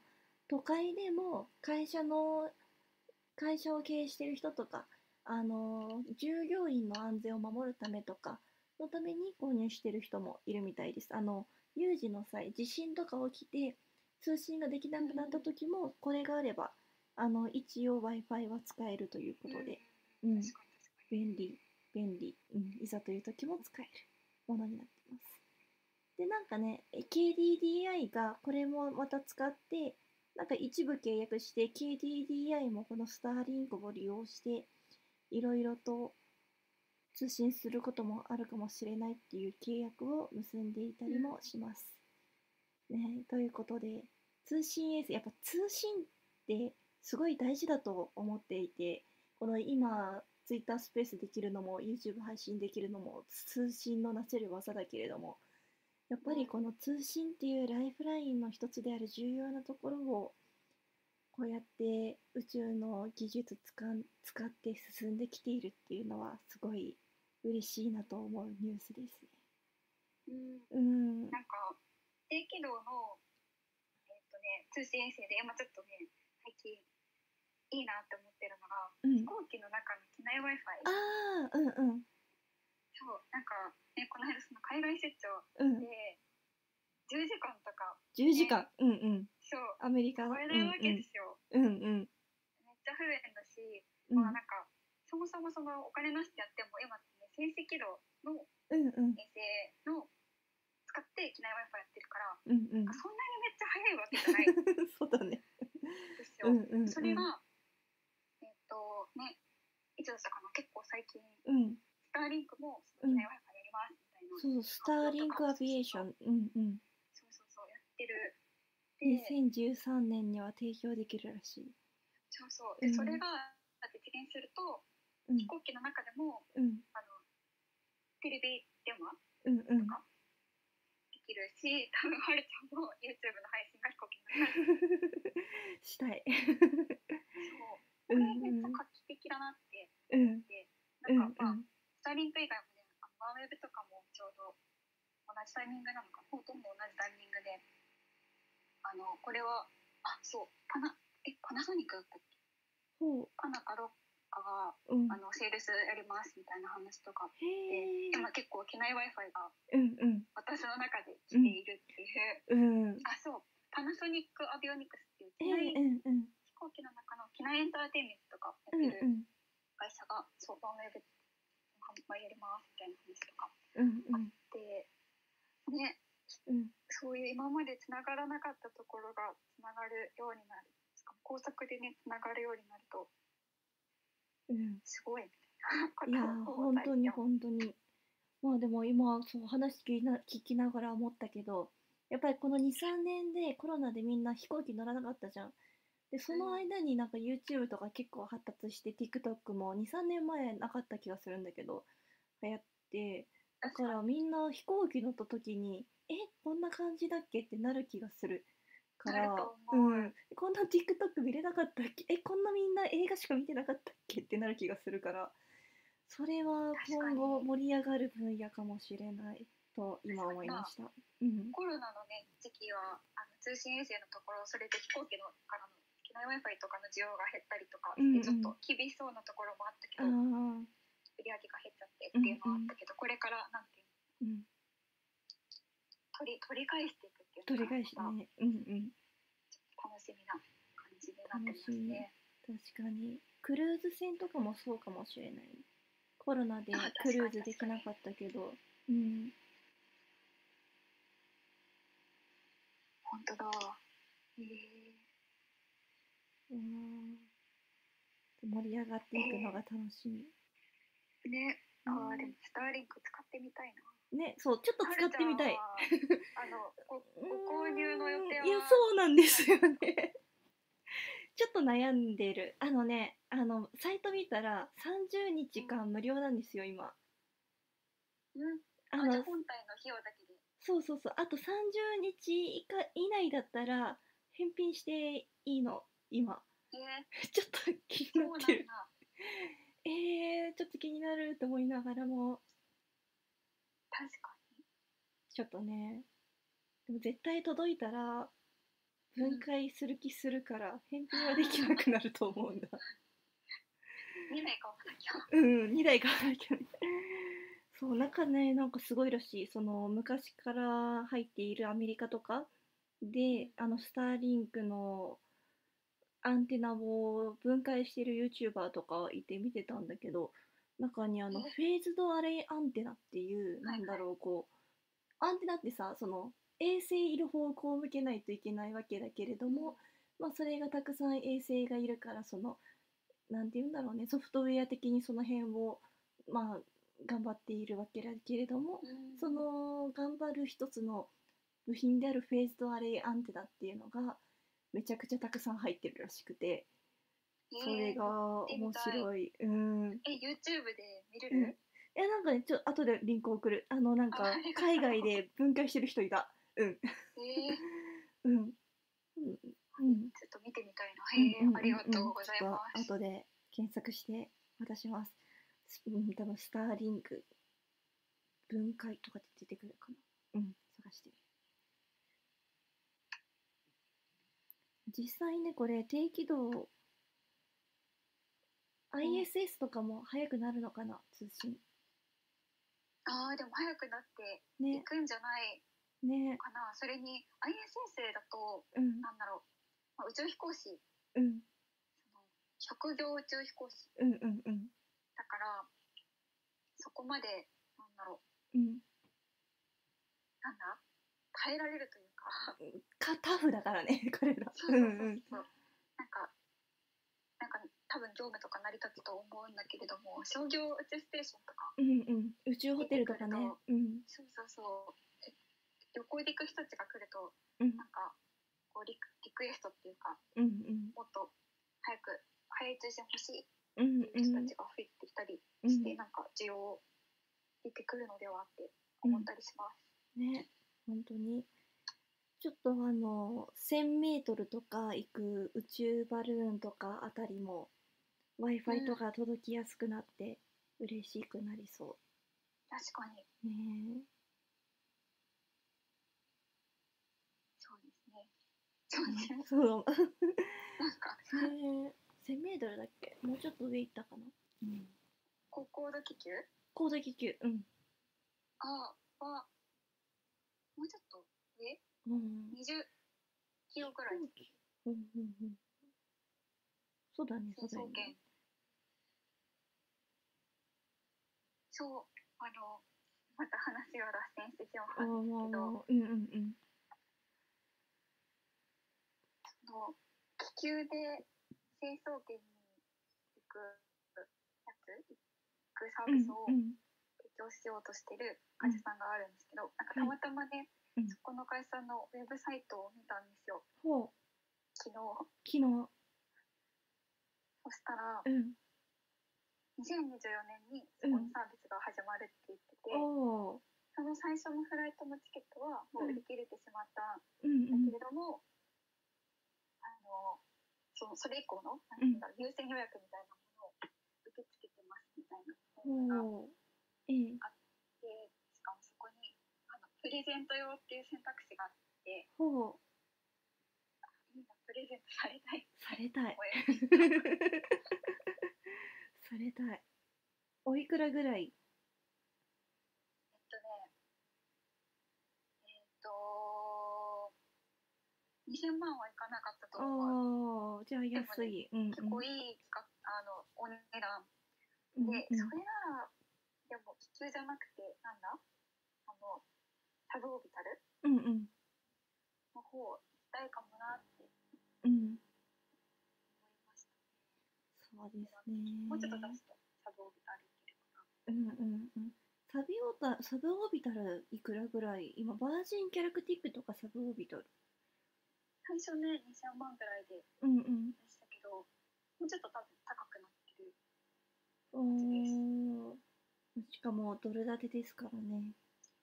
A: 都会でも会社の会社を経営してる人とかあの従業員の安全を守るためとかのために購入してる人もいるみたいですあの有事の際地震とか起きて通信ができなくなった時もこれがあればあの一応 w i f i は使えるということで
B: うん
A: うん
B: 確かに確かに
A: 便利便利、うん、いざという時も使えるものになってますでなんかねえ KDDI がこれもまた使ってなんか一部契約して KDDI もこのスターリンクを利用していろいろと通信することもあるかもしれないっていう契約を結んでいたりもします。ね、ということで通信衛星やっぱ通信ってすごい大事だと思っていてこの今 Twitter スペースできるのも YouTube 配信できるのも通信のなせる技だけれどもやっぱりこの通信っていうライフラインの一つである重要なところをこうやって宇宙の技術使ん使って進んできているっていうのはすごい嬉しいなと思うニュースですね。
B: う
A: う
B: ん
A: ん、
B: なんか低軌道の、えっとね、通信衛星で今ちょっとね最近いいなって思ってるのが
A: うん
B: 飛、行機の中の機内 w i f i
A: ああうんうん
B: そうなんか、ね、この間その海外出張
A: うん
B: で10時間とか
A: 10時間うんうん
B: そう
A: アメリカ
B: 超えるわけですよ、
A: うんうん
B: めっちゃ不便だし、
A: うんうん
B: まあなんかそもそもそのお金なしでやっても今ってね静止軌道の
A: うんうん
B: 衛星の使って機内 w i f i やってるから
A: うんうん
B: なんかそんなにめっちゃ早いわけじゃないん
A: そうだね
B: です
A: う
B: よ
A: んうんうん
B: それが、えっとね、いつだったかな、結構最近、
A: うん
B: スターリンクも、その機内 Wi-Fi やりますみたいな、
A: そうスターリンクアビエーションうんうん
B: そうそうそう、やってる。で、
A: 2013年には提供できるらしい
B: そうそう、で
A: うん
B: それが実現すると、
A: うん
B: 飛行機の中でも、
A: うん
B: あのテレビ電話
A: うんうん
B: とかでききるし多分はるちゃんも YouTube の配信が飛行機になる
A: したい。
B: そう
A: う
B: こ
A: ん
B: れめっちゃ画期的だなって
A: うんうん
B: で
A: うん
B: なんかまあ、スタイリング以外もねあのワンウェブとかもちょうど同じタイミングなのかほとんど同じタイミングであのこれはあそうパナえパナソニックだったっけ
A: ほ
B: パナかロッカが
A: ううん
B: あのセールスやりますみたいな話とかあっ
A: へえ
B: て今結構機内 w i f i が
A: うんうん
B: 私の中で来ているっていう、
A: うん
B: あそうパナソニックアビオニクスっていう
A: うん
B: 機内、
A: うんうん
B: 飛行機の中の機内エンターテインメントとかやっ
A: うん
B: て
A: う
B: る
A: ん
B: 会社が、そうワンウェブ販売やりますみたいな話とか
A: うんうん
B: でね
A: うん
B: そういう今までつながらなかったところがつながるようになるしかも高速でねつながるようになると
A: うん
B: すごいみたいなこと
A: いやー
B: を
A: 本当に本当にまあでも今そう話聞きな聞きながら思ったけどやっぱりこの23年でコロナでみんな飛行機乗らなかったじゃんでその間になんか YouTube とか結構発達して TikTok も23年前なかった気がするんだけど流行ってだからみんな飛行機乗った時にえこんな感じだっけってなる気がするから
B: なると
A: う
B: 思うん
A: こんな TikTok 見れなかったっけえこんなみんな映画しか見てなかったっけってなる気がするからそれは今後盛り上がる分野かもしれないと今思いました。うん、
B: コロナのね時期はあの通信衛星のところそれで飛行機のからの機内 w i f i とかの需要が減ったりとかして、
A: うんうん
B: ちょっと厳しそうなところもあった
A: あ
B: け
A: あ
B: ど、売
A: ー、
B: り上げが減っちゃってっていうのはあったけど、これからなんていう
A: う
B: の
A: ん、
B: 取り取り返していくっていう
A: 取
B: の
A: り
B: が
A: 返しね。うんうん、
B: また楽しみな感じになってますね。
A: 確かにクルーズ船とかもそうかもしれない。コロナで
B: あ確か
A: ク
B: に
A: ルーズできなかったけど、うん、
B: 本当だ。えー
A: うん、盛り上がっていくのが楽しみ。
B: ね、あーで
A: う
B: もスターリンク使ってみたいな。
A: んね、そうちょっと使ってみたい。
B: はるちゃんはあのごご購入の予定は。
A: いやそうなんですよね ちょっと悩んでるあのねあのサイト見たら30日間無料なんですよ今
B: うん。
A: あの
B: あじゃあ本体の費用だけで。
A: そうそうそうあと30日以下以内だったら返品していいの今
B: えー、
A: ちょっと気に
B: そう
A: な
B: なん
A: ってる
B: だ。
A: えー、ちょっと気になると思いながらも
B: 確かに。
A: ちょっとねでも絶対届いたら分解する気するから返品はできなくなると思うんだ
B: 見ないかもな きゃ。
A: うん、2台買わなきゃね。そう、なんかね、なんかすごいらしい。その、昔から入っているアメリカとかで、あの、スターリンクのアンテナを分解してる YouTuber とかいて見てたんだけど、中にあの、フェ
B: え
A: ーズドアレイアンテナっていう、
B: は
A: ない
B: はい
A: んだろう、こう、アンテナってさ、その、衛星いる方向を向けないといけないわけだけれども、まあ、それがたくさん衛星がいるからそのなんて言うんだろうねソフトウェア的にその辺をまあ頑張っているわけだけれども
B: うん
A: その頑張る一つの部品であるフェーズドアレイアンテナっていうのがめちゃくちゃたくさん入ってるらしくてそれが面白いうん
B: えー、え YouTube で見れ
A: うん
B: る、
A: いやなんかねちょ後でリンク送るあのなんか
B: あありがとう
A: 海外で分解してる人いた
B: えー、
A: うんうんうん
B: ちょっと見てみたいな。
A: うんうんうんうん
B: えー、ありがとうございま
A: ち
B: す。
A: ょっと後で検索して渡します。すうん、多分スターリンク分解とかで出てくるかな。うん、探してみる。実際ね、これ低軌道 ISS とかも速くなるのかな、通信。
B: ああ、でも早くなってい
A: ね、
B: くんじゃない
A: ね、
B: かな。それに ISS だと、
A: うん、
B: なんだろう、まあ、宇宙飛行士、
A: うん、
B: 職業宇宙飛行士
A: うん、うん、うん、
B: だから、そこまで、なんだろう、
A: うん。
B: なんだ、耐えられるという か、
A: か、タフだからね、彼ら。
B: そう
A: う
B: そ
A: ん、
B: う
A: う。
B: そうんそう。なんか、なんか多分業務とか成り立つと思うんだけれども、商業宇宙ステーションとか、
A: うん、うん。宇宙ホテルとかね。うん、
B: そうそうそう、え旅行で行く人たちが来ると、
A: うん。
B: なんか、こうリクリクエストっていうか、
A: うんうん
B: もっと早く、早い通信欲しい
A: うん
B: って
A: う
B: いうん人たちが増えてきたり
A: う
B: して、
A: ん
B: なんか需要出てくるのではって思ったりします。
A: ね本当にちょっとあの1000メートルとか行く宇宙バルーンとかあたりも w i f
B: う
A: i
B: ん
A: とか届きやすくなって嬉しくなりそ
B: 確かに
A: うね
B: そうですねそうです ね
A: えそう
B: なんか
A: ねえ1000メートルだっけもうちょっと上行ったかな、うん、
B: 高高度気球
A: 高度気球うん
B: あはもうちょっと上
A: うん
B: 20キロぐらい
A: うんうんうんそうだねそ
B: 成
A: うだ
B: 層
A: ね
B: 圏そうあのまた話を脱線してしま
A: ああ
B: う
A: まあ
B: けど
A: まあうんうんうん
B: その気球で成層圏に行くやつ行くサービスを
A: うんうん
B: 提供しようとしてる会社さんがあるんですけど、なんかたまたまね、
A: うん
B: そこの会社のウェブサイトを見たんですよ
A: ほう
B: 昨日
A: 昨日
B: そしたら
A: うん
B: 2024年にそこのサービスが始まるって言ってて、
A: おお
B: その最初のフライトのチケットはもう売り切れてしまったん
A: うんう
B: だ
A: ん
B: けれども、あのそのそれ以降のなんていうんだろう優先予約みたいなものを受け付けてますみたいなの
A: おお
B: があっ
A: ええ
B: てしかもそこにあのプレゼント用っていう選択肢があって
A: ほう
B: みんなプレゼントされたい
A: されたい
B: 声
A: されたいおいくらぐらい
B: えっとねえっと20万はいかなかった
A: あ
B: と思う
A: あじゃあ安いうんうん
B: 結構いい使っあのお値段
A: うん
B: で、
A: うん
B: それなら、でも気球じゃなくて、なんだあの、サブオービタル
A: うんうん
B: の方行きたいかもなって思い
A: うん
B: ました。
A: そうですね
B: もうちょっと出すと、サブオービタル行けるかな。
A: うんうんうんサビオータサブオービタルいくらぐらい今バージンキャラクティックとかサブオービタル
B: 最初ね、2000万ぐらいで
A: うんうん
B: 出したけど、もうちょっと多分高くなってる。
A: おーしかもドル建てですからね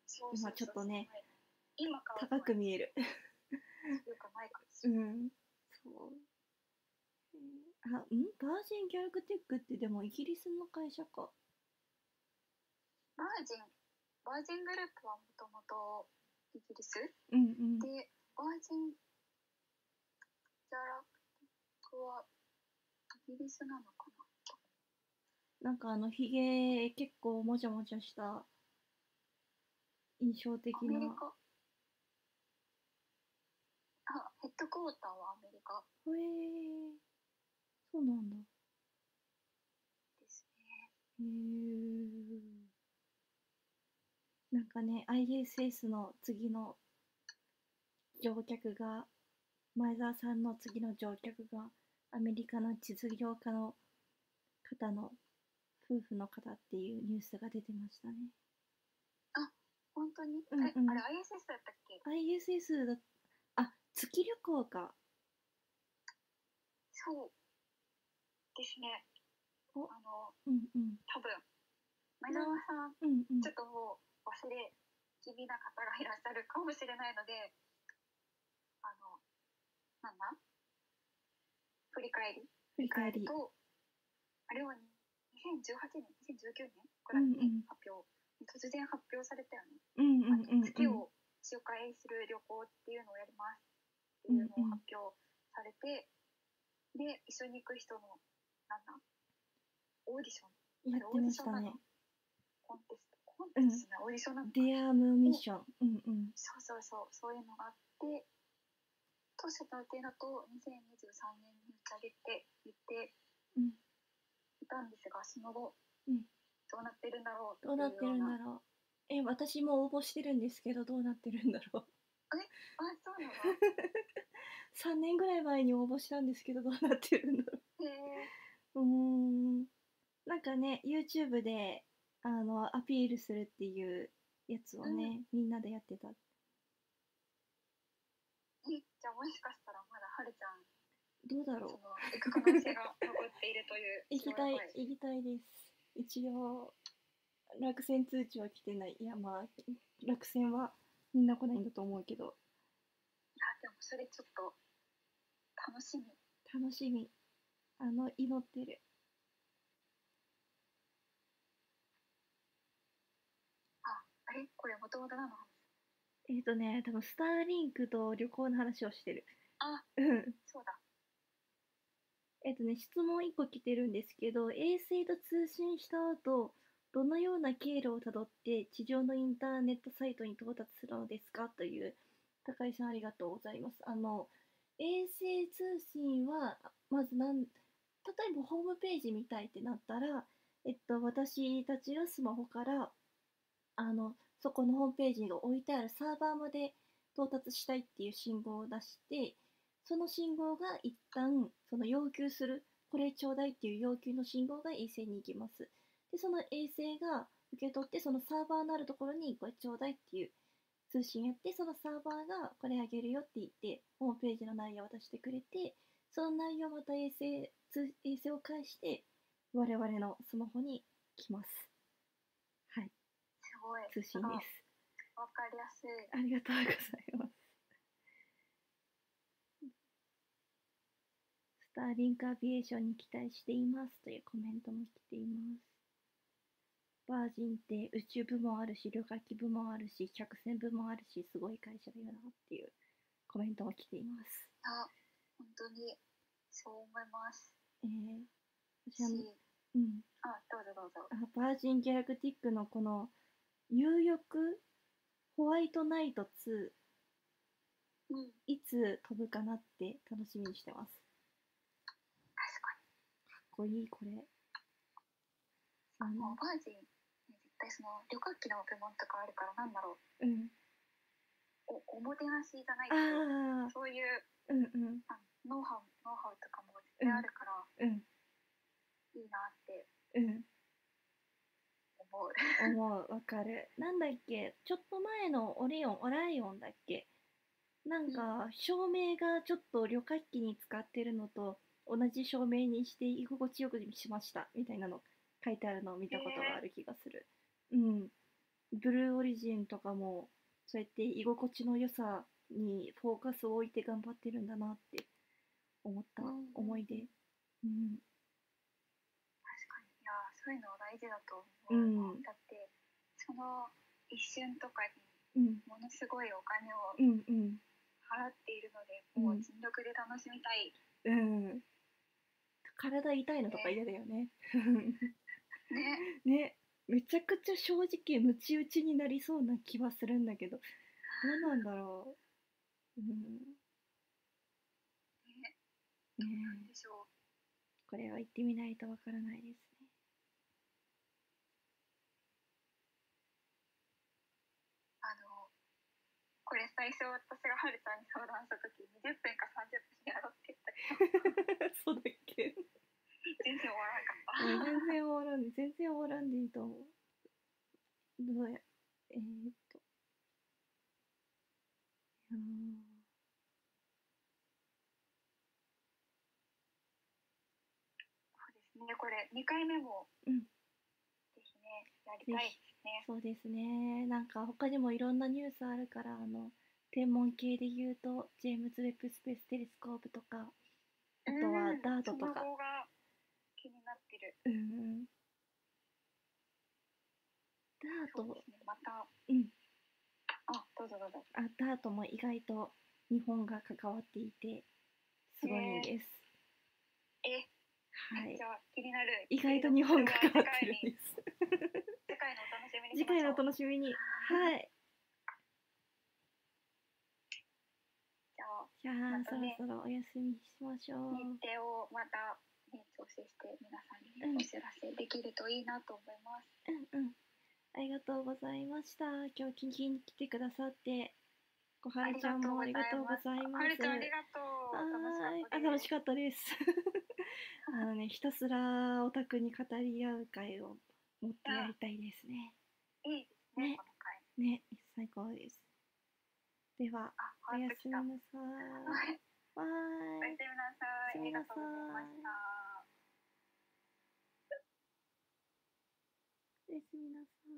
B: そう
A: 今ちょっとね。
B: 今買
A: 高
B: う
A: く
B: 見
A: 見える
B: よくないかもし
A: う
B: れない。
A: んそうえーあうんバージンキャラクティックってでもイギリスの会社か
B: バージン、バージングループはもともとイギリス
A: うんうん
B: で、バージンキャラクはイギリスなのかな
A: なんかあのひげ結構もじゃもじゃした印象的
B: アメ
A: な
B: リカあ、ヘッドクォーターはアメリカ
A: へえそうなんだ
B: ですね。
A: へーなんかね ISS の次の乗客が前澤さんの次の乗客がアメリカの実業家の方の夫婦の方っていうニュースが出てましたね
B: 本当に、
A: うんうん
B: えあれ ISS だったっけ
A: ISS だあ月旅行か
B: そうですね。
A: お
B: あの、
A: うんうん
B: 多分前澤さん、
A: うんうん
B: ちょっともう忘れ気味な方がいらっしゃるかもしれないので、あの、なんだ振り返り
A: 振り返り
B: と、あれは2018年、2019年ぐらい
A: うんうん
B: に発表、突然発表されたよね。
A: うんうん
B: あ
A: うんうん
B: の月を周回する旅行っていうのをやりますっていうのを発表されて、で、一緒に行く人の、なんだオーディショ
A: や
B: ン、
A: ってましたね
B: コンテスト、コンテストじゃない、オーディションなのかな
A: デアムミッションうんうん
B: そうそうそう、そういうのがあって、当初の予定だと2023年に打ち上げていて
A: うん
B: いたんですが、その後、
A: うん
B: どうなってるんだろう
A: どうなってるんだ
B: っていうような。
A: ろう。え、私も応募してるんですけど、どうなってるんだろう。
B: あ、そうな
A: 3
B: の
A: 年ぐらい前に応募したんですけど、どうなってるんだろ
B: へえ
A: う。うーん。なんかね、YouTube で、あの、アピールするっていうやつをね、みんなでやってた。
B: えじゃあもしかしたらまだはるちゃん、
A: どうだ
B: そ
A: ろ
B: の、行く可能性が残っているという。
A: う。行きたい、
B: やば
A: 行きたいです。一応、落選通知は来てない。いや、まあ、落選はみんな来ないんだと思うけど
B: あでもそれちょっと楽しみ
A: 楽しみあの祈ってる
B: あれこれもともとなの
A: えっ、とね多分スターリンクと旅行の話をしてる
B: あ
A: うん
B: そうだ
A: えっとね、質問1個来てるんですけど、衛星と通信した後、どのような経路をたどって地上のインターネットサイトに到達するのですかという、高井さんありがとうございます。あの、衛星通信は、まずなん、例えばホームページ見たいってなったら、えっと、私たちがスマホから、あの、そこのホームページが置いてあるサーバーまで到達したいっていう信号を出して、その信号が一旦その要求するこれちょうだいっていう要求の信号が衛星に行きますでその衛星が受け取ってそのサーバーのあるところにこれちょうだいっていう通信やってそのサーバーがこれあげるよって言ってホームページの内容を渡してくれてその内容をまた衛星通衛星を介して我々のスマホに来ますはい
B: すごい
A: 通信
B: なん
A: で
B: か
A: す
B: わかりやすい
A: ありがとうございます。スターリンクアビエーションに期待していますというコメントも来ています。バージンって宇宙部もあるし、旅客機部もあるし、客船部もあるし、すごい会社だよなっていうコメントも来ています。
B: あ本当にそう思います
A: えー、私
B: し
A: あの、うん、
B: あどうぞどうぞ
A: あバージン・ギャラクティックのこの有力ホワイトナイト2
B: うん
A: いつ飛ぶかなって楽しみにしてます。
B: 確か
A: かっこいいこれあ
B: にも
A: の
B: うバージンね絶対その旅客機の部門とかあるからなんだろ
A: うん
B: うおおもてなしじゃないけど
A: ああ
B: そういう
A: うんうん
B: あノウハウノウハウとかも絶対あるか
A: う
B: ら
A: ん
B: いいなって
A: うん
B: 思う、
A: 思うわかるなんだっけちょっと前のオレオンオライオンだっけなんか照明がちょっと旅客機に使ってるのと同じ照明にして居心地よくしましたみたいなの書いてあるのを見たことがある気がする、うんブルーオリジンとかもそうやって居心地の良さにフォーカスを置いて頑張ってるんだなって思った
B: うん
A: 思い出うん
B: 確かにいやーそういうのは大事だと
A: う
B: 思う、
A: ん
B: だってその一瞬とかに
A: うん
B: ものすごいお金を
A: うんうん
B: 払っているので、
A: うん
B: もう尽力で楽しみたい
A: うん体痛いのとか嫌だよね
B: ね
A: ねめちゃくちゃ正直ムチ打ちになりそうな気はするんだけどどうなんだろううんね
B: なん
A: え
B: でしょう
A: これは行ってみないとわからないですね
B: あのこれ最初私がはるちゃんに相談した時20分か30分やろうって言ったけど
A: そうだっけ、
B: 全然終わらなかった
A: うん全然終わらん全然終わらんでいいと思うどうやえー、っといやー
B: そうですねこれ2回目も
A: うん
B: ですね、やりたいですね
A: そうですね。なんか他にもいろんなニュースあるから、あの、天文系で言うと、ジェームズ・ウェッブ・スペース・テレスコープとか、あとは
B: うん
A: ダートとか
B: その方が気になってる
A: うんうん。ダ
B: そ
A: ー
B: う
A: ト
B: で、すねまた
A: うん
B: あどうぞどうぞ
A: あ、ダートも意外と日本が関わっていて、すごいんです。
B: え
A: は
B: めっ
A: い
B: ち。ゃ気になる
A: 意外と日本が関わってるんです。
B: 次回のお楽しみ
A: 次回のお楽しみ
B: にしましょう
A: に。はい。
B: じゃあ
A: じゃあ、
B: ま
A: そ
B: た
A: ろ
B: ね
A: そろお休みしましょう。
B: 日程をまた、ね、調整して皆さんにね
A: うん
B: お知らせできるといいなと思います
A: うんうん。ありがとうございました。今日聞きに来てくださって、小
B: あ
A: 春
B: り
A: ちゃ
B: が
A: ん
B: とう
A: も
B: ご
A: あ
B: ざ
A: り
B: い
A: が
B: ま
A: とうご
B: す。
A: ざいま
B: は
A: す。
B: るちゃんありがとう。
A: はーいあ楽し
B: かったです
A: かったです。 あのね、ひたすらオタクに語り合う会を持ってやりたいですね。
B: いいですね、
A: ね
B: この回。
A: ね、最高です。では、
B: あ、
A: お
B: 変わ
A: や
B: って
A: す
B: き
A: み
B: た。
A: な
B: はい
A: さい。バ
B: おやすみ
A: イ。
B: なさい。ありがとうございました。
A: おやすみなさい。